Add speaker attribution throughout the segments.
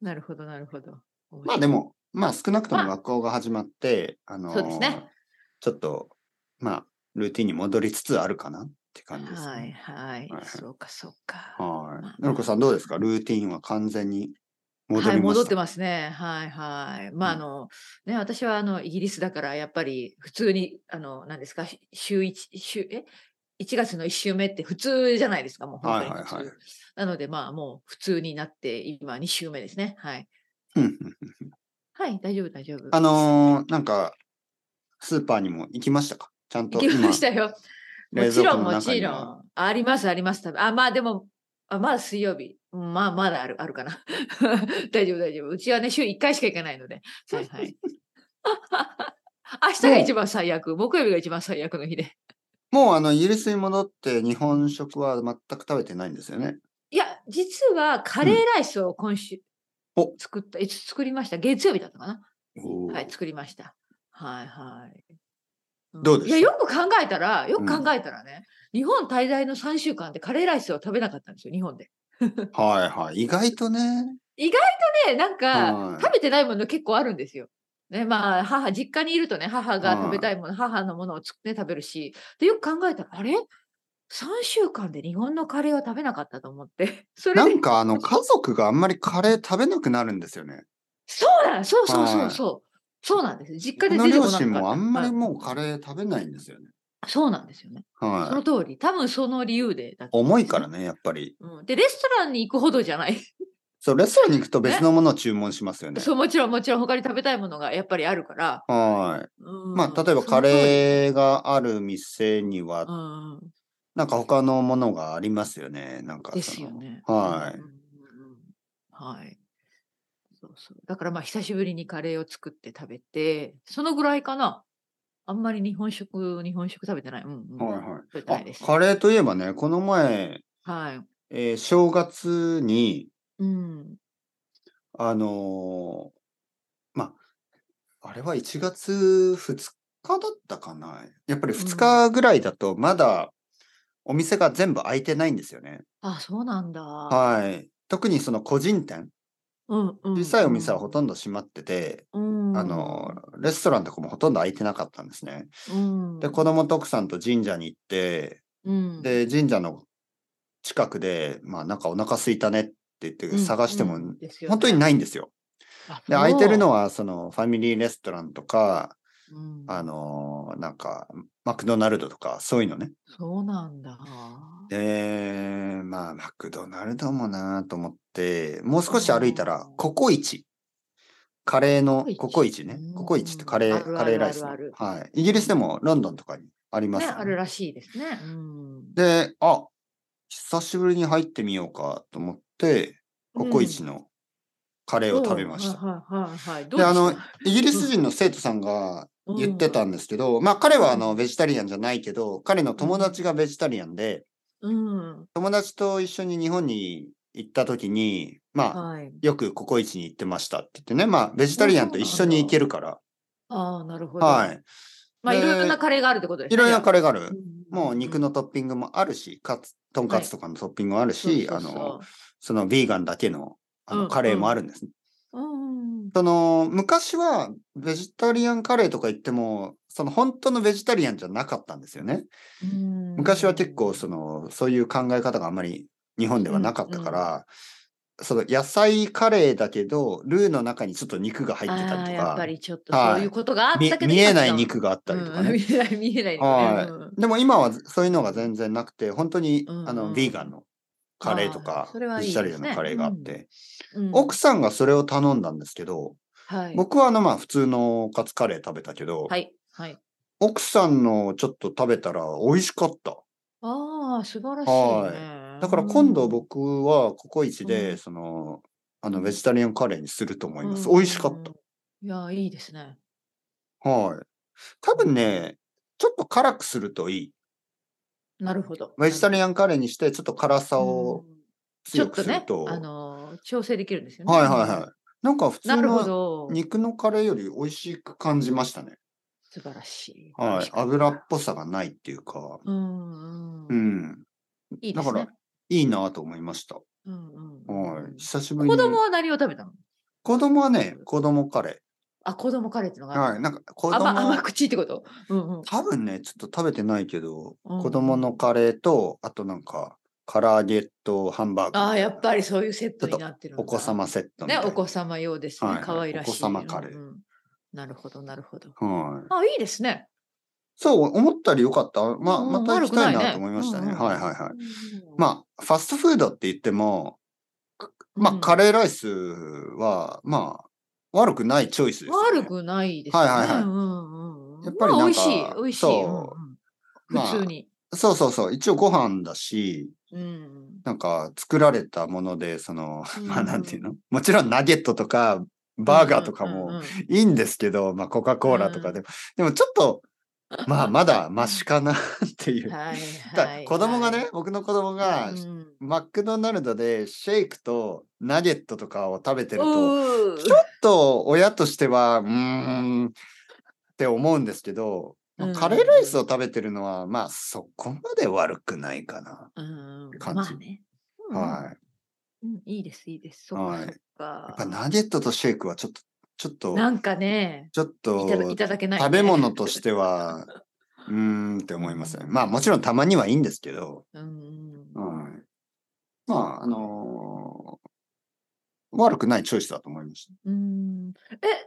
Speaker 1: なるほど、なるほど。
Speaker 2: まあでも、まあ少なくとも
Speaker 1: まあ
Speaker 2: 学校が始まって、あのー
Speaker 1: そうですね
Speaker 2: ちょっと、まあ、ルーティンに戻りつつあるかなって感じです、
Speaker 1: は
Speaker 2: ね
Speaker 1: い。はい
Speaker 2: は。い
Speaker 1: そうか、そうか。
Speaker 2: はい。
Speaker 1: まあ
Speaker 2: なるこさんどうですかルーティンは完全に戻りました。
Speaker 1: は、い、戻ってますすね。はいはい。まあ、あ
Speaker 2: うん
Speaker 1: の、ね、私はあのイギリスだから、やっぱり普通に、あの、何ですか、し週一週、え ?1 月の1週目って普通じゃないですか、もう本当に
Speaker 2: はいはい
Speaker 1: 普通。
Speaker 2: はい
Speaker 1: なので、まあ、もう普通になって、今2週目ですね。はい。
Speaker 2: うんうんうん
Speaker 1: はい、大丈夫、大丈夫。
Speaker 2: あのーなんか、スーパーにも行きましたかちゃん
Speaker 1: 行
Speaker 2: と
Speaker 1: き
Speaker 2: 今
Speaker 1: ましたよ。も
Speaker 2: 冷
Speaker 1: ち
Speaker 2: 蔵庫
Speaker 1: ろん、
Speaker 2: の
Speaker 1: も
Speaker 2: 中
Speaker 1: ち
Speaker 2: に
Speaker 1: ろ
Speaker 2: は
Speaker 1: ん。あります、あります。多分あ、まあでも、あまだ水曜日。うんまあ、まだある、あるかな。 大丈夫、大丈夫。うちはね、週1回しか行かないので。はい はい。明日が一番最悪。木曜日が一番最悪の日で。
Speaker 2: もうあの、イギリスに戻って日本食は全く食べてないんですよね。
Speaker 1: いや、実はカレーライスを今週
Speaker 2: お
Speaker 1: 作った、いつ作りました。月曜日だったかな。は、
Speaker 2: はい
Speaker 1: 作りました。はいはい。ん
Speaker 2: どうでした
Speaker 1: いや、よく考えたら、よく考えたらね、日本滞在の3週間でカレーライスを食べなかったんですよ、日本で。
Speaker 2: はいはい。意外とね。
Speaker 1: 意外とね、なん
Speaker 2: は
Speaker 1: か
Speaker 2: い
Speaker 1: 食べてないもの結構あるんですよ。ね、まあ母実家にいるとね母が
Speaker 2: はい
Speaker 1: 食べたいもの、母のものをつ、ね、食べるしでよく考えたらあれ3週間で日本のカレーを食べなかったと思って それ
Speaker 2: な
Speaker 1: で
Speaker 2: んかあの、家族があんまりカレー食べなくなるんですよね。
Speaker 1: そうなんそうそうそ
Speaker 2: はいう
Speaker 1: そうそうなんです実家
Speaker 2: 僕
Speaker 1: で
Speaker 2: の
Speaker 1: 出てこな
Speaker 2: 両
Speaker 1: かった
Speaker 2: 親もあんまり
Speaker 1: はい
Speaker 2: もうカレー食べないんですよね。
Speaker 1: そうなんですよね、そ
Speaker 2: は
Speaker 1: の
Speaker 2: い。
Speaker 1: 通り多分その理由でだと思うんで
Speaker 2: 重い
Speaker 1: す
Speaker 2: から
Speaker 1: ね、
Speaker 2: ね、やっぱり。
Speaker 1: うん、でレストランに行くほどじゃない
Speaker 2: そう、レストランに行くと別のものを注文しますよね。
Speaker 1: そうもちろんもちろん他に食べたいものがやっぱりあるから、
Speaker 2: は
Speaker 1: う
Speaker 2: い。
Speaker 1: ん、
Speaker 2: まあ、例えばカ
Speaker 1: ー、
Speaker 2: レーがある店に
Speaker 1: う
Speaker 2: は、
Speaker 1: ん、
Speaker 2: なんか他のものがありますよね。なんかそ
Speaker 1: で
Speaker 2: の。
Speaker 1: すよね。
Speaker 2: は
Speaker 1: うん
Speaker 2: い。
Speaker 1: うんうんうんはい。そうそう。だからまあ久しぶりにカレーを作って食べて、そのぐらいかな。あんまり日本食、日本食食べてない。うん、うん。
Speaker 2: はいはい
Speaker 1: 食べて
Speaker 2: あ
Speaker 1: ないです。
Speaker 2: カレーといえばね、この前、
Speaker 1: はい。
Speaker 2: えー正月に、
Speaker 1: うん。
Speaker 2: あのーまあ、あれは1月2日だったかな。やっぱり2日ぐらいだと、まだお店が全部開いてないんですよね。
Speaker 1: あ、そうなんだ。は
Speaker 2: はい。特にその個人店、
Speaker 1: うん、うん。
Speaker 2: 小さいお店はほと
Speaker 1: ん
Speaker 2: んど閉まってて、
Speaker 1: ど、うん、
Speaker 2: あのーレストランとかもほとんど開いてなかったんですね。
Speaker 1: うん、
Speaker 2: で、子供と奥さんと神社に行って、
Speaker 1: うん、
Speaker 2: で、神社の近くで、まあ、なんかお腹空いたねって言って探しても、本当に
Speaker 1: い。
Speaker 2: ないんですよ。
Speaker 1: あ
Speaker 2: で、空いてるの
Speaker 1: は、
Speaker 2: は、その、ファミリーレストランとか、
Speaker 1: うん、
Speaker 2: あのーなんか、マクドナルドとか、そういうのね。
Speaker 1: そうなんだ。
Speaker 2: で、まあ、マクドナルドもなと思って、もう少し歩いたら、ココイチ。カレーの、ココイチね
Speaker 1: うん。
Speaker 2: ココイチってカレ
Speaker 1: あるあ
Speaker 2: ー、
Speaker 1: る
Speaker 2: カレーライス
Speaker 1: ある
Speaker 2: の。
Speaker 1: ある
Speaker 2: はい。イギリスでもロンドンとかにあります
Speaker 1: ね、
Speaker 2: よね、
Speaker 1: あるらしいですね。うん。
Speaker 2: で、あ、久しぶりに入ってみようかと思って、ココイチのカレーを食べました。
Speaker 1: うんはいはいはいはい。どう
Speaker 2: で、あの
Speaker 1: でし、
Speaker 2: イギリス人の生徒さんが
Speaker 1: た
Speaker 2: 言ってたんですけど、まあ彼はあのベジタリアンじゃないけど、彼の友達がベジタリアンで、
Speaker 1: うん。
Speaker 2: 友達と一緒に日本に行った時に、まあ、
Speaker 1: はい。
Speaker 2: よくココイチに行ってましたって言ってね、まあ、ベジタリアンと一緒に行けるから、
Speaker 1: ああ、なるほど。
Speaker 2: はい。
Speaker 1: まあ、いろいろな
Speaker 2: で
Speaker 1: カレーがあるってことです
Speaker 2: いろいろなカ
Speaker 1: レ
Speaker 2: レーがある。
Speaker 1: ー
Speaker 2: もう肉のトッピングもあるし、かつ、とんかつとかのトッピングもあるし、あの、、そのビーガンだけのあ
Speaker 1: う
Speaker 2: の
Speaker 1: ん
Speaker 2: カレーもあるんです
Speaker 1: う
Speaker 2: ね、
Speaker 1: んうん
Speaker 2: その昔はベジタリアンカレーとか言っても、その本当のベジタリアンじゃなかったんですよね。
Speaker 1: うん、
Speaker 2: 昔は結構そ
Speaker 1: の、
Speaker 2: の、そういう考え方があんまり日本ではなかったから、その野菜カレーだけど、ルーの中にちょっと肉が入ってた
Speaker 1: ああ、
Speaker 2: りと
Speaker 1: やっぱ
Speaker 2: か、
Speaker 1: りちょっとそういうことがあっ
Speaker 2: み
Speaker 1: たけど、
Speaker 2: 見えない
Speaker 1: 今違う
Speaker 2: 肉があったりとかね。
Speaker 1: うん見えない、見えない肉ね。
Speaker 2: はい
Speaker 1: うん
Speaker 2: でも今はそういうのが全然なくて、本当に、
Speaker 1: うん
Speaker 2: あ
Speaker 1: う
Speaker 2: の、
Speaker 1: ん
Speaker 2: ビーガンのカレーと
Speaker 1: あ
Speaker 2: か
Speaker 1: ーそれ、はい
Speaker 2: ベ
Speaker 1: いで
Speaker 2: ジ
Speaker 1: すね
Speaker 2: タリアンのカレーがあって、
Speaker 1: うん
Speaker 2: 奥さんがそれを頼んだんですけど、
Speaker 1: はい。
Speaker 2: 僕はあの、まあ普通のカツカレー食べたけど、
Speaker 1: はい。はい。
Speaker 2: 奥さんのちょっと食べたら美味しかった。
Speaker 1: ああ、素晴らしい、ね。
Speaker 2: だから今度
Speaker 1: うん
Speaker 2: 僕はココイチで、
Speaker 1: うん
Speaker 2: その、あの、ベジタリアンカレーにすると思います。
Speaker 1: うん
Speaker 2: 美味しかった。。
Speaker 1: いや、いいですね。
Speaker 2: はい。多分ね、ちょっと辛くするといい。
Speaker 1: なるほど。
Speaker 2: ベジタ
Speaker 1: リ
Speaker 2: リアンカレーにして、ちょっと辛さを
Speaker 1: ちょ
Speaker 2: 強
Speaker 1: っ
Speaker 2: く
Speaker 1: と
Speaker 2: する
Speaker 1: ね、
Speaker 2: と。
Speaker 1: あのー調整できるんですよね。
Speaker 2: はいはいはい。なんか普通
Speaker 1: なるほ
Speaker 2: の
Speaker 1: ど。
Speaker 2: 肉のカレーより美味しく感じましたね。
Speaker 1: 素晴らしい。美
Speaker 2: は
Speaker 1: 味
Speaker 2: い。
Speaker 1: しかった
Speaker 2: 油っぽさがないっていうか。
Speaker 1: うんう。
Speaker 2: うんん。
Speaker 1: いいで
Speaker 2: だ
Speaker 1: す
Speaker 2: か
Speaker 1: ね
Speaker 2: ら。、いいなと思いました。
Speaker 1: うんうんうん
Speaker 2: はい。久しぶり
Speaker 1: 子
Speaker 2: に。
Speaker 1: 供は何を食べたの
Speaker 2: 子供はね、子供カレ
Speaker 1: あ、子供カレーってのが
Speaker 2: ー。
Speaker 1: ある。
Speaker 2: はい。なんか子供、
Speaker 1: 甘甘口ってこと。うんうん。
Speaker 2: 多分ね、ちょっと食べてないけど、
Speaker 1: うん
Speaker 2: 子供のカレーと、あとなんか、唐揚げとハンバーグ。
Speaker 1: ああ、やっぱりそういうセットになってるんだ
Speaker 2: お子様セットみ
Speaker 1: ね
Speaker 2: たい、な。
Speaker 1: お子様用ですね
Speaker 2: は。い
Speaker 1: 可愛らしい。
Speaker 2: お子様カレー
Speaker 1: うんうんなるほど、なるほど。
Speaker 2: はい。
Speaker 1: あ、いいですね。
Speaker 2: そう、思ったより良かった。まあ、
Speaker 1: うん
Speaker 2: また行きたいなと思いましたね。はいはいはい。。
Speaker 1: あ、
Speaker 2: まあ、ファストフードって言っても、まあ、カ
Speaker 1: レ
Speaker 2: レーライスは、まあ、悪くないチョイスです、ね。
Speaker 1: 悪くないですね。
Speaker 2: はいはいはい
Speaker 1: うんうんうん
Speaker 2: やっぱり
Speaker 1: まあ
Speaker 2: なん
Speaker 1: 美味
Speaker 2: か
Speaker 1: しい、美味しい。
Speaker 2: そう
Speaker 1: うんうん
Speaker 2: まあ
Speaker 1: 普通に。
Speaker 2: そうそうそう。一応ご飯だし、
Speaker 1: うん。
Speaker 2: なんか作られたもので、その、
Speaker 1: うん
Speaker 2: まあなんていうのもちろんナゲットとか、バーガーとか
Speaker 1: うんうん
Speaker 2: も
Speaker 1: うん
Speaker 2: いいんですけど、まあコカ・コーラとかでも、でもちょっと、 まあまだマシかなっていう。
Speaker 1: はい
Speaker 2: だ
Speaker 1: はい。
Speaker 2: 子供がね、
Speaker 1: はい、
Speaker 2: 僕の子供が、
Speaker 1: うん
Speaker 2: マクドナルドでシェイクとナゲットとかを食べてると、
Speaker 1: うー
Speaker 2: ちょっと親としては、うーんって思うんですけど、まあ
Speaker 1: うん
Speaker 2: カレーライスを食べてるのは、まあそこまで悪くないかな。
Speaker 1: うん
Speaker 2: 感
Speaker 1: まあ
Speaker 2: じ
Speaker 1: ね。うんうん
Speaker 2: はい。
Speaker 1: うんいいです、いいです。そっ
Speaker 2: は
Speaker 1: かそ
Speaker 2: い
Speaker 1: っ
Speaker 2: やっぱ
Speaker 1: か。
Speaker 2: ナゲットとシェイクはちょっと、ちょっと、
Speaker 1: なんかね、
Speaker 2: ちょっ
Speaker 1: いただ
Speaker 2: と
Speaker 1: いただけないね。
Speaker 2: 食べ物としては、うーんって思いますね。まあもちろんたまにはいいんですけど、
Speaker 1: うんうん
Speaker 2: はい。まあ、あのー悪くないチョイスだと思いました。
Speaker 1: うん。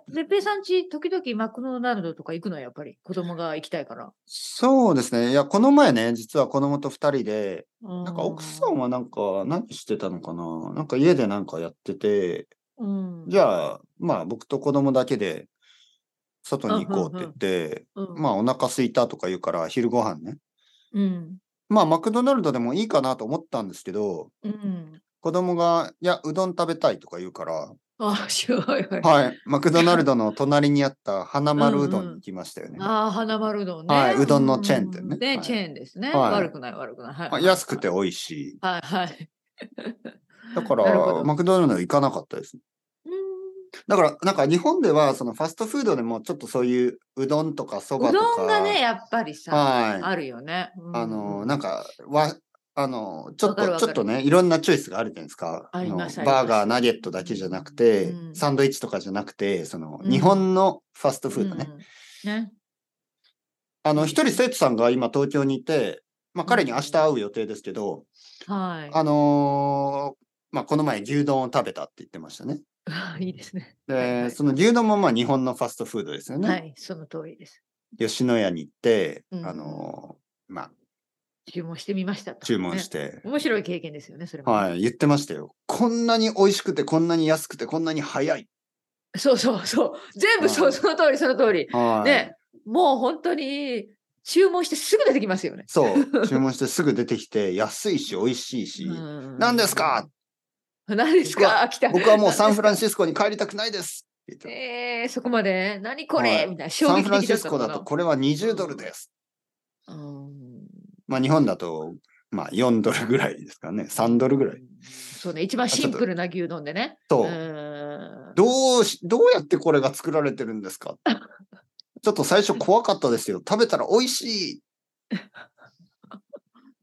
Speaker 1: え、べっぺいさんち、時々マクドナルドとか行くのやっぱり。子供が行きたいから。
Speaker 2: そうですね。いや、この前ね、実は子供と二人で、
Speaker 1: な
Speaker 2: なんか奥さんはなんか何してたのかななんか家でなんかやってて、
Speaker 1: うん、
Speaker 2: じゃあ、まあ僕と子供だけで外に行こうって言って、
Speaker 1: あ、うん、
Speaker 2: まあお腹空いたとか言うから昼ご飯ね。
Speaker 1: うん、
Speaker 2: まあマクドナルドでもいいかなと思ったんですけど、
Speaker 1: うん。
Speaker 2: 子供が、いや、うどん食べたいとか言うから、
Speaker 1: あ、すごい。い、
Speaker 2: はい、マクドナルドの隣にあった花丸うどんに行きましたよね。
Speaker 1: ああ、花丸うどんね。
Speaker 2: はいうどんのチェーン店ね
Speaker 1: うんで、
Speaker 2: はい
Speaker 1: チェーンですね。
Speaker 2: はい
Speaker 1: 悪くない、悪くない。はい
Speaker 2: まあ安くて。美味しい。
Speaker 1: はい、はい。な
Speaker 2: だか
Speaker 1: るほ
Speaker 2: ら、
Speaker 1: ど
Speaker 2: マクドナルド行かなかったですね。
Speaker 1: う
Speaker 2: だから、なんか日本では、そのファストフードでもちょっとそういううどんとかそ
Speaker 1: んう
Speaker 2: ばとか。
Speaker 1: どんがね、、やっぱりさ、
Speaker 2: はい。
Speaker 1: あるよね。うん
Speaker 2: あの、なん、か、わ、あの、ちょっ
Speaker 1: わかるわ
Speaker 2: と、
Speaker 1: か
Speaker 2: ち
Speaker 1: る
Speaker 2: ょっとね、いろんなチョイスがあるじゃないですか。
Speaker 1: あります
Speaker 2: の
Speaker 1: あります
Speaker 2: バーガー、ナゲットだけじゃなくて、
Speaker 1: うん
Speaker 2: サンドイッチとかじゃなくて、その、
Speaker 1: うん
Speaker 2: 日本のファスト
Speaker 1: うん
Speaker 2: フードね。。
Speaker 1: うんね。
Speaker 2: あの、
Speaker 1: いい
Speaker 2: 一人生徒さんが今東京にいて、まあ彼に明日会う予定ですけど、
Speaker 1: はい。
Speaker 2: あのーまあこの前牛丼を食べたって言ってましたね。
Speaker 1: いいですね。
Speaker 2: で、
Speaker 1: はいはい
Speaker 2: その牛丼もまあ日本のファストフードですよね。
Speaker 1: はい、その通りです。
Speaker 2: 吉野家に行って、
Speaker 1: うん
Speaker 2: あのーまあ
Speaker 1: 注文してみましたと。。
Speaker 2: 注文してて、
Speaker 1: 面白い経験ですよね、それもね。
Speaker 2: はい、言ってましたよ。こんなに美味しくて、こんなに安くて、こんなに早い。
Speaker 1: そうそうそう。全部そう、
Speaker 2: はい
Speaker 1: その通り、その通り。
Speaker 2: はい。
Speaker 1: ね、もう本当に注文してすぐ出てきますよね。
Speaker 2: そう、注文してすぐ出てきて、安いし、美味しいし、何ですか
Speaker 1: 何です
Speaker 2: 僕は
Speaker 1: か来た。
Speaker 2: 僕 はもうサンフラン
Speaker 1: シ
Speaker 2: シスコに帰りたくないですって言って
Speaker 1: えー、そこまで何これ、
Speaker 2: はい
Speaker 1: みたいな。衝
Speaker 2: サン
Speaker 1: 撃
Speaker 2: フラン
Speaker 1: 的だ
Speaker 2: シ
Speaker 1: っ
Speaker 2: ス
Speaker 1: た
Speaker 2: コ
Speaker 1: のか
Speaker 2: だ
Speaker 1: な
Speaker 2: とこれは20ドルです。
Speaker 1: うん
Speaker 2: まあ日本だと、まあ4ドルぐらいですかね。3ドルぐらい。
Speaker 1: そうね、一番シンプルな牛丼でね。
Speaker 2: そうう。
Speaker 1: ん
Speaker 2: どうし、どうやってこれが作られてるんですかちょっと最初怖かったですよ。食べたら美味しい。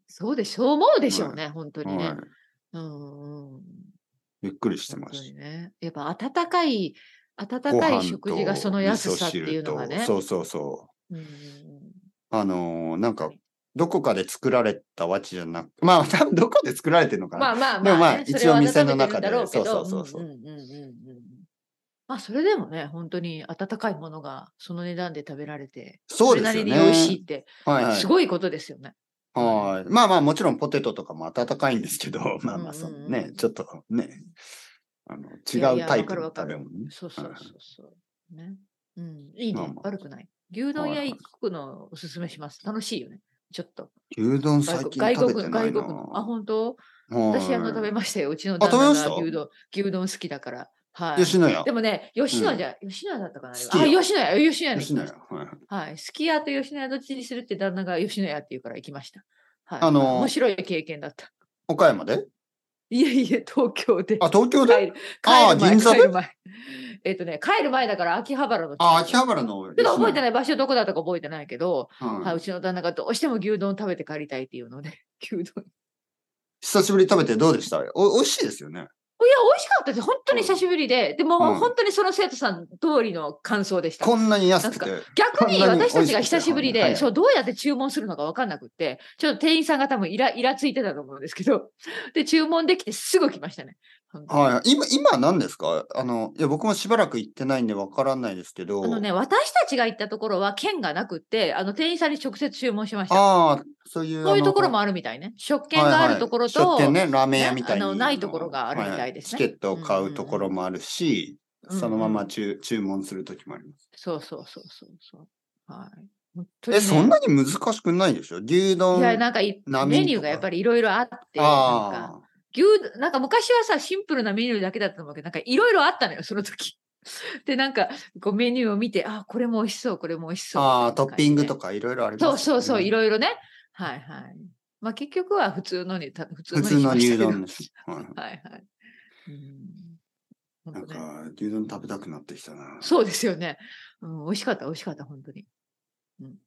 Speaker 1: そうでしょう、思うでしょうね、本当に
Speaker 2: は
Speaker 1: ねう
Speaker 2: い。
Speaker 1: んうん
Speaker 2: びっくりして
Speaker 1: 本
Speaker 2: ま
Speaker 1: 当
Speaker 2: し
Speaker 1: にね。やっぱ温かい、温
Speaker 2: た。
Speaker 1: か
Speaker 2: ご
Speaker 1: い
Speaker 2: 飯
Speaker 1: 食事が
Speaker 2: と
Speaker 1: その
Speaker 2: 味
Speaker 1: 安
Speaker 2: 噌
Speaker 1: さっていうのが
Speaker 2: 汁
Speaker 1: ね。
Speaker 2: とそうそうそう。
Speaker 1: うんうん
Speaker 2: あのーなんか
Speaker 1: はい、
Speaker 2: どこかで作られたわけじゃなく、まあ、多分どこで作られてるの
Speaker 1: う
Speaker 2: か
Speaker 1: ん
Speaker 2: な。
Speaker 1: まあまあまあ、ね、
Speaker 2: でも
Speaker 1: それ
Speaker 2: まあ一応
Speaker 1: は
Speaker 2: 店の中
Speaker 1: 温めてるんだ
Speaker 2: で
Speaker 1: ろうけど
Speaker 2: そうそうそうそうん
Speaker 1: んうんうんうんまあそれでもね、本当に温かいものがその値段で食べられて、
Speaker 2: そうで
Speaker 1: れな
Speaker 2: す
Speaker 1: り
Speaker 2: よ
Speaker 1: に美
Speaker 2: ね。
Speaker 1: 味しいって、
Speaker 2: はいはい
Speaker 1: すごいことですよね。
Speaker 2: はい。まあまあ、もちろんポテトとかも温かいんですけど、 まあまあ、
Speaker 1: うんう
Speaker 2: そ
Speaker 1: んうん
Speaker 2: のね、ちょっとね、あの
Speaker 1: いやい
Speaker 2: 違う
Speaker 1: や
Speaker 2: タイプの
Speaker 1: わか
Speaker 2: 食べ
Speaker 1: るわかる
Speaker 2: 物ね。
Speaker 1: そうそう
Speaker 2: はい
Speaker 1: そうそう。ね。うん、いいね、
Speaker 2: まあまあ
Speaker 1: 悪くない。牛丼屋
Speaker 2: はいはい
Speaker 1: 行くのおすすめします。楽しいよね。ちょっと。
Speaker 2: 牛丼最
Speaker 1: 外国
Speaker 2: 近
Speaker 1: 外
Speaker 2: 食
Speaker 1: 国
Speaker 2: べて
Speaker 1: の、
Speaker 2: ない
Speaker 1: 外
Speaker 2: な。
Speaker 1: 国の。あ、本当
Speaker 2: はい
Speaker 1: 私あの食べましたよ。うちの
Speaker 2: 食べ
Speaker 1: 旦那
Speaker 2: ました
Speaker 1: が牛丼牛丼好きだから。はい。
Speaker 2: 吉野家
Speaker 1: で。もね、吉野家、吉野家だったかな。あ、
Speaker 2: 好
Speaker 1: 吉
Speaker 2: きよ
Speaker 1: 野家、吉野家に
Speaker 2: 吉
Speaker 1: 行き
Speaker 2: 野
Speaker 1: ま
Speaker 2: 家
Speaker 1: した。。
Speaker 2: はいはい
Speaker 1: はい。すき家と吉野家どっちにするって旦那が吉野家って言うから行きました。はい。
Speaker 2: あのー
Speaker 1: 面白い経験だった。
Speaker 2: 岡山で
Speaker 1: いえいえ、東京で。
Speaker 2: あ、東京
Speaker 1: 帰
Speaker 2: で
Speaker 1: る
Speaker 2: あー
Speaker 1: 帰る前、
Speaker 2: 銀座で
Speaker 1: 帰る前。えっとね、帰る前だから秋葉原の近く。
Speaker 2: あ、秋葉原の。。
Speaker 1: ちょっと覚えてないい場所どこだったか覚えてないけど、はい、
Speaker 2: は
Speaker 1: う
Speaker 2: い
Speaker 1: ちの旦那がどうしても牛丼食べ て帰りたいっていうので、牛丼。
Speaker 2: 久しぶりに食べてどうでしたお美味しいですよね。
Speaker 1: いや、美味しかったです。本当に久しぶりで、でも、
Speaker 2: うん
Speaker 1: 本当にその生徒さん通りの感想でした。
Speaker 2: こんなに安くて。
Speaker 1: 逆に
Speaker 2: こんなに
Speaker 1: 私たちが久しぶりで、
Speaker 2: 美味しくて
Speaker 1: そうどうやって注文するのか分かんなくって、ちょっと店員さんが多分イライラついてたと思うんですけど、 で、注文できてすぐ来ましたね。本当に
Speaker 2: はい。今、今何ですかあの、いや、僕もしばらく行ってないんでわからないですけど。
Speaker 1: あのね、私たちが行ったところは券がなくって、あの店員さんに直接注文しました。
Speaker 2: ああ、そういう。
Speaker 1: そういうところ
Speaker 2: あの
Speaker 1: もあるみたいね。食券があるところと、
Speaker 2: はいはい食券ね、ラーメン屋みたいに、
Speaker 1: ねあのないところがあるみたいですね
Speaker 2: はチケットを買うところもあるし、
Speaker 1: うんうんうん
Speaker 2: そのまま注注文するときもあります。
Speaker 1: そうそうそうそうそう。はい。本当に
Speaker 2: え、
Speaker 1: ね
Speaker 2: そんなに難しくないでしょ牛丼。
Speaker 1: いや、なんかい
Speaker 2: 波とか
Speaker 1: メニューがやっぱりいろいろあって、なんか
Speaker 2: あ
Speaker 1: 牛丼なんか昔はさ、シンプルなメニューだけだったと思うけど、なんかいろいろあったのよ、その時。 で、なんか、こうメニューを見て、あ、これも美味しそう、これも美味し
Speaker 2: ー
Speaker 1: そう。
Speaker 2: あー、トッピングと
Speaker 1: か。
Speaker 2: かいろいろあります、
Speaker 1: そうそうそう、い
Speaker 2: ろ。
Speaker 1: ろいろね。はいはい。まあ結局は普通のに、た普通の
Speaker 2: 普
Speaker 1: に
Speaker 2: 通の
Speaker 1: しま
Speaker 2: 牛
Speaker 1: したけど
Speaker 2: 丼です。は
Speaker 1: は
Speaker 2: い
Speaker 1: いはい。うん
Speaker 2: な
Speaker 1: 本
Speaker 2: ん
Speaker 1: 当ね、
Speaker 2: か、牛丼食べたくなってきたな。
Speaker 1: そうですよね、うん。美味しかった、美味しかった、本当に。うん、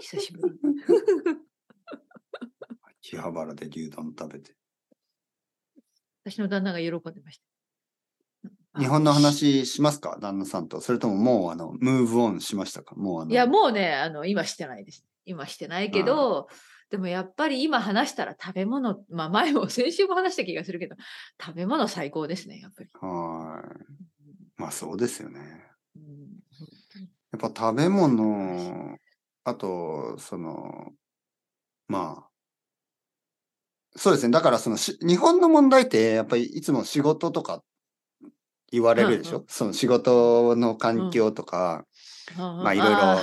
Speaker 1: 久し ぶり。
Speaker 2: 秋葉原で牛丼食べて。
Speaker 1: 私の旦那が喜んでました。うん
Speaker 2: 日本の話しますか旦那さんと。それとももう、あの、ムーブオンしましたかもう、あの。
Speaker 1: いや、もうね、あの、今してないです。今してないけど、でもやっぱり今話したら食べ物、まあ前も先週も話した気がするけど、食べ物最高ですね、やっぱり。
Speaker 2: はーい。まあ、そうですよね。
Speaker 1: うん
Speaker 2: やっぱ食べ物、あと、その、まあ、そうですね。だから、そのし、日本の問題って、やっぱりいつも仕事とか言われるでしょ、
Speaker 1: うん
Speaker 2: その仕事の環境とか、
Speaker 1: ま
Speaker 2: まあいろいろ問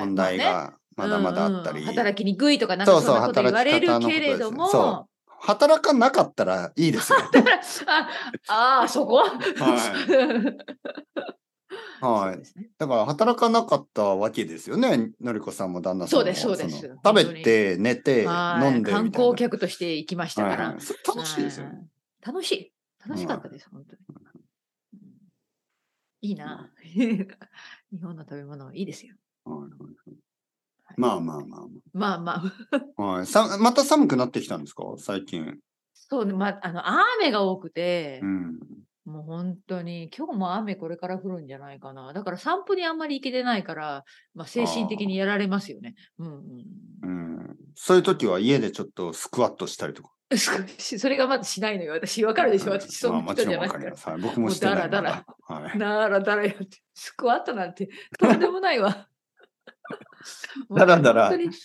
Speaker 1: 問
Speaker 2: 題
Speaker 1: ね
Speaker 2: がまだまだあった
Speaker 1: うん
Speaker 2: り、
Speaker 1: うん働きにくいとかなんか
Speaker 2: そうそ
Speaker 1: そん
Speaker 2: う
Speaker 1: なこと言われる
Speaker 2: 働き方のこと
Speaker 1: けれども、
Speaker 2: ですねそ働かなかったらいいですよ。
Speaker 1: ああー、そこ は。
Speaker 2: は
Speaker 1: そう
Speaker 2: い
Speaker 1: で。すね
Speaker 2: だから働かなかったわけですよね。のりこさんも旦那さん
Speaker 1: そう
Speaker 2: も。
Speaker 1: ですそうです
Speaker 2: の食べて、寝て、
Speaker 1: はい
Speaker 2: 飲んでみたいな。
Speaker 1: 観光客として行きましたか
Speaker 2: はい
Speaker 1: ら
Speaker 2: は。いそれ楽しいですよね。
Speaker 1: はい楽しい。楽しかったです、本当に。うんいいな。 日本の食べ物、いいですよ。
Speaker 2: はいはいはい
Speaker 1: はい
Speaker 2: まあまあま
Speaker 1: まあまあ、
Speaker 2: あ、まあはいさ。また寒くなってきたんですか最近。
Speaker 1: そうね、まあ、あの、雨が多くて
Speaker 2: う、ん。
Speaker 1: もう本当に、今日も雨これから降るんじゃないかな。だから散歩にあんまり行けてないから、まあ、精神的にやられますよね。うんうん
Speaker 2: うん、そういう時は家でちょっとスクワットしたりとか。
Speaker 1: うん。それがまずしないのよ。私、わかるでしょ。私、そ
Speaker 2: ま
Speaker 1: んな
Speaker 2: あも
Speaker 1: 人
Speaker 2: ち
Speaker 1: じ
Speaker 2: ろ
Speaker 1: ゃ
Speaker 2: ん
Speaker 1: ない
Speaker 2: わ
Speaker 1: か
Speaker 2: かりま
Speaker 1: ら。
Speaker 2: す。はい僕もしてない。
Speaker 1: もうだら
Speaker 2: まだはい。
Speaker 1: だらだらやって、スクワットなんて、とんでもない わ。もう
Speaker 2: だらだら
Speaker 1: 本当に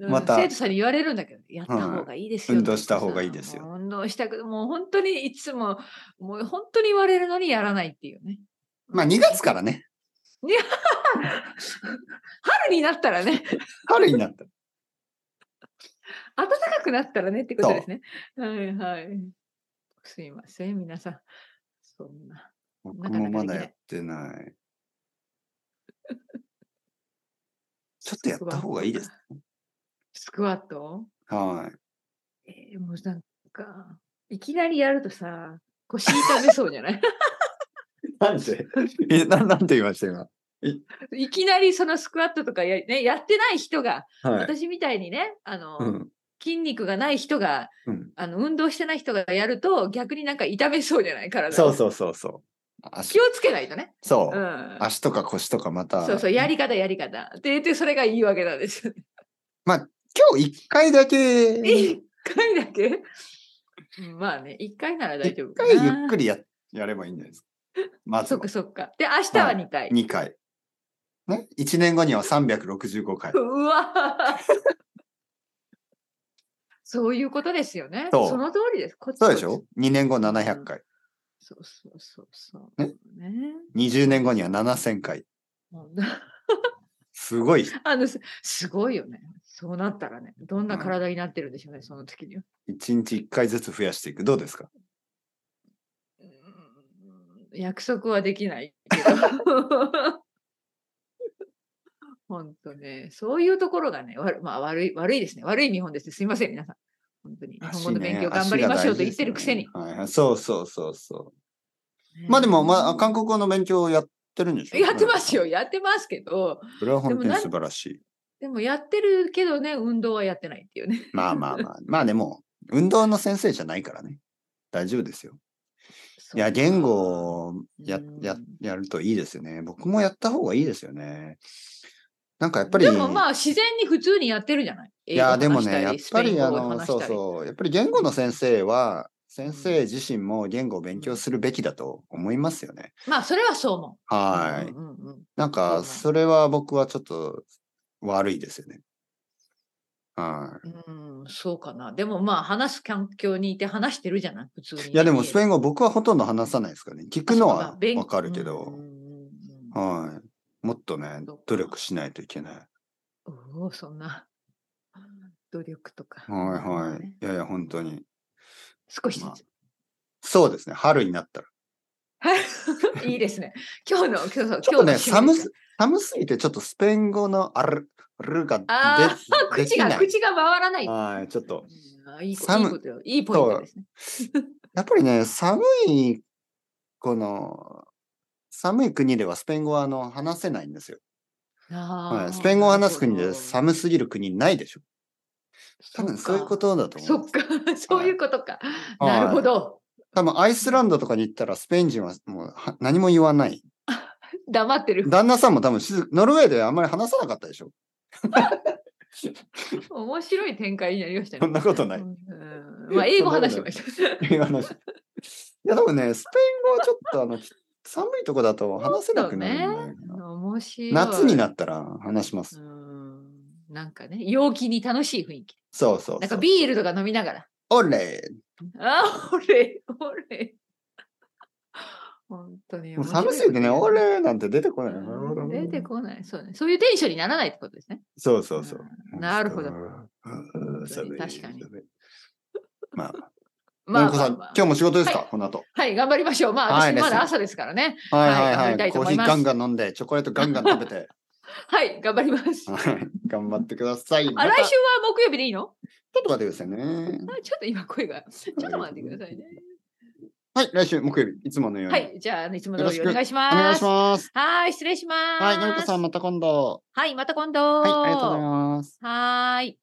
Speaker 1: うん
Speaker 2: また
Speaker 1: 生徒さんに言われるんだけど、やった
Speaker 2: はい
Speaker 1: 方がいいですよ。
Speaker 2: 運動した方がいいですよ
Speaker 1: もう運動したく、もう本当にいつも、もう本当に言われるのにやらないっていうね。
Speaker 2: まあ2月からね。
Speaker 1: 春になったらね、
Speaker 2: 春になった。
Speaker 1: 暖かくなったらねってことですね。はいはい。すいません、皆さん。 そんな。
Speaker 2: 僕もまだ
Speaker 1: なかなかできない
Speaker 2: やってない。ちょっとやった方がいいです。
Speaker 1: スクワット
Speaker 2: はい。
Speaker 1: えーもうなんか、いきなりやるとさ、腰痛めそうじゃない
Speaker 2: なんでえななんて言いました今。
Speaker 1: いきなりそのスクワットとかや,、ね、やってない人が、
Speaker 2: はい。
Speaker 1: 私みたいにね、あの、
Speaker 2: うん。
Speaker 1: 筋肉がない人が、
Speaker 2: うん、
Speaker 1: あの運動してない人がやると逆になんか痛めそうじゃない体が
Speaker 2: そうそうそうそう。足
Speaker 1: 気をつけないとね。
Speaker 2: そうう、
Speaker 1: ん、
Speaker 2: 足とか腰とかまた。
Speaker 1: そうそう、やり方やり方。で、でそれがいいわけなんですよね。
Speaker 2: 今日一回だけ、
Speaker 1: 一回だけうんまあね、一回なら大
Speaker 2: 一
Speaker 1: 丈夫かな。
Speaker 2: 回ゆっくりややればいいんじゃないですか。 まず
Speaker 1: そっ
Speaker 2: は
Speaker 1: かそっか。で、明日は
Speaker 2: はい
Speaker 1: 2回。
Speaker 2: 2回。ね、1年後には365回。
Speaker 1: うわそういうことですよね。
Speaker 2: そう
Speaker 1: その通りです。こっち
Speaker 2: そうでしょ ?2 年後700回。
Speaker 1: そうそうそうそう。
Speaker 2: ね
Speaker 1: ね。
Speaker 2: 20年後には7000回。
Speaker 1: もうな
Speaker 2: すごい。
Speaker 1: あのすすごいよね。そうなったらね、どんな
Speaker 2: うん
Speaker 1: 体になってるんでしょうね、その時には。
Speaker 2: 1日1回ずつ増やしていく。どうですか
Speaker 1: うん約束はできないけど。 本当ね、そういうところがね、わまあ、悪い悪いですね。悪い見本ですね。すいません、皆さん。本当に。日本語の勉強頑張りましょうと言ってるくせに。
Speaker 2: 足が大事ですよねはいはい、そうそうそうそう。まあでも、まあ、韓国語の勉強をやってるんでし ょ
Speaker 1: やってますよ、。やってますけど、
Speaker 2: それは本当
Speaker 1: でも
Speaker 2: に
Speaker 1: なん
Speaker 2: 素晴らしい。
Speaker 1: でもやってるけどね、運動はやってないっていうね。
Speaker 2: まあまあまあ。まあでも、運動の先生じゃないからね。大丈夫ですよ。いや、言
Speaker 1: を
Speaker 2: 語をや
Speaker 1: うん、
Speaker 2: や、やるといいですよね。僕もやった方がいいですよね。なんかやっぱり、
Speaker 1: でもまあ自然に普通にやってるじゃない
Speaker 2: い
Speaker 1: い
Speaker 2: や、でもね、やっぱりあの、そうそう、やっぱり言語の先生は、先生自身も言語を勉強するべきだと思いますよね。
Speaker 1: まあそれはそう思う。
Speaker 2: は
Speaker 1: う
Speaker 2: い。
Speaker 1: んうんうん
Speaker 2: なんか、それは僕はちょっと悪いですよね。は
Speaker 1: うん、うんそうかな。でもまあ話す環境にいて話してるじゃない普通にね、
Speaker 2: い。いや、でもスペイ
Speaker 1: ン
Speaker 2: ン語僕はほとんど話さないですからね。聞くのはわかるけ
Speaker 1: うんう
Speaker 2: ど、
Speaker 1: んうん
Speaker 2: はい。もっとね
Speaker 1: そっか、
Speaker 2: 努力しないといけない。
Speaker 1: おおそんな努力とか。
Speaker 2: はい
Speaker 1: まあ
Speaker 2: はい
Speaker 1: ね。
Speaker 2: いやいや、本当に。
Speaker 1: 少しず
Speaker 2: まあ
Speaker 1: つ。
Speaker 2: そうですね、春になったら。
Speaker 1: はい。いいですね。今日の、今日の、
Speaker 2: ちょっと
Speaker 1: 今日の締
Speaker 2: ね、
Speaker 1: め
Speaker 2: 寒
Speaker 1: です
Speaker 2: す寒すぎて、ちょっとスペイン語のある、るがで
Speaker 1: ああ、
Speaker 2: で
Speaker 1: 口
Speaker 2: きな
Speaker 1: が、
Speaker 2: い。
Speaker 1: 口が回らない。
Speaker 2: はい、ちょっと。
Speaker 1: うんあいいこ
Speaker 2: 寒
Speaker 1: いいことよ。いいポイントですね。
Speaker 2: やっぱりね、寒い、この、寒い国ではスペイン語はあの話せないんですよ、
Speaker 1: は
Speaker 2: はい。スペイン語を話す国で
Speaker 1: です
Speaker 2: 寒すぎる国ないでしょ。多分そういうことだと思。
Speaker 1: そうっか、 そういうことか。
Speaker 2: はい
Speaker 1: なるほど。
Speaker 2: 多分アイスランドとかに行ったらスペイン人はもうは何も言わない。
Speaker 1: 黙ってる。
Speaker 2: 旦那さんも多分静ノルウェーであんまり話さなかったでしょ。
Speaker 1: 面白い展開になりました
Speaker 2: そん
Speaker 1: ね。
Speaker 2: なことない。
Speaker 1: うんまあ、英語話してました。
Speaker 2: っていう話。いや、多分ね、スペイン語はちょっとあの、き寒いとこだと話せなくなるんじゃないかな。
Speaker 1: 面白い。
Speaker 2: 夏になったら話します。
Speaker 1: うんなんかね、陽気に楽しい雰囲気。
Speaker 2: そうそうそう。
Speaker 1: なんかビールとか飲みながら。
Speaker 2: オレ
Speaker 1: あ、俺、俺。本当に
Speaker 2: も
Speaker 1: 面
Speaker 2: う
Speaker 1: 白い
Speaker 2: 寒すぎてね、オレなんて出てこない。
Speaker 1: うん出てこない。そうね。そういうテンションにならないってことですね。
Speaker 2: そうそうそう。
Speaker 1: うんなるほど。
Speaker 2: うん寒い
Speaker 1: 確かに
Speaker 2: 寒いまあ、
Speaker 1: ま
Speaker 2: の
Speaker 1: あ
Speaker 2: りこ
Speaker 1: ま
Speaker 2: さ
Speaker 1: あ
Speaker 2: ん、
Speaker 1: まあ
Speaker 2: 今日も仕事ですか、
Speaker 1: は
Speaker 2: この後。
Speaker 1: はい、頑張りましょう。まあ、
Speaker 2: はい
Speaker 1: 私ま
Speaker 2: です
Speaker 1: だ朝ですからね。
Speaker 2: はい
Speaker 1: はい
Speaker 2: はい
Speaker 1: 頑張
Speaker 2: は
Speaker 1: りた
Speaker 2: い。
Speaker 1: いと
Speaker 2: コー
Speaker 1: 思
Speaker 2: ヒ
Speaker 1: い
Speaker 2: ー
Speaker 1: ます
Speaker 2: ガンガン飲んで、チョコレートガンガン食べて、
Speaker 1: はい、頑張ります。
Speaker 2: はい頑張ってください。
Speaker 1: あ、
Speaker 2: また
Speaker 1: 来週は
Speaker 2: ちょ
Speaker 1: 木曜日でいいの
Speaker 2: っと待ってくださいね。
Speaker 1: あちょっと今声が。ちょっと待ってくださいね。
Speaker 2: はい、来週木曜日、いつものように。
Speaker 1: は、い、じゃあ、あのいつも通り
Speaker 2: よ
Speaker 1: お
Speaker 2: ろしく
Speaker 1: 願いしま
Speaker 2: お
Speaker 1: す。
Speaker 2: 願いします。
Speaker 1: はーい、失礼します。
Speaker 2: はい、のりこさん、また今度。
Speaker 1: はい、また今度。
Speaker 2: はい、ありがとうございます。
Speaker 1: はーい。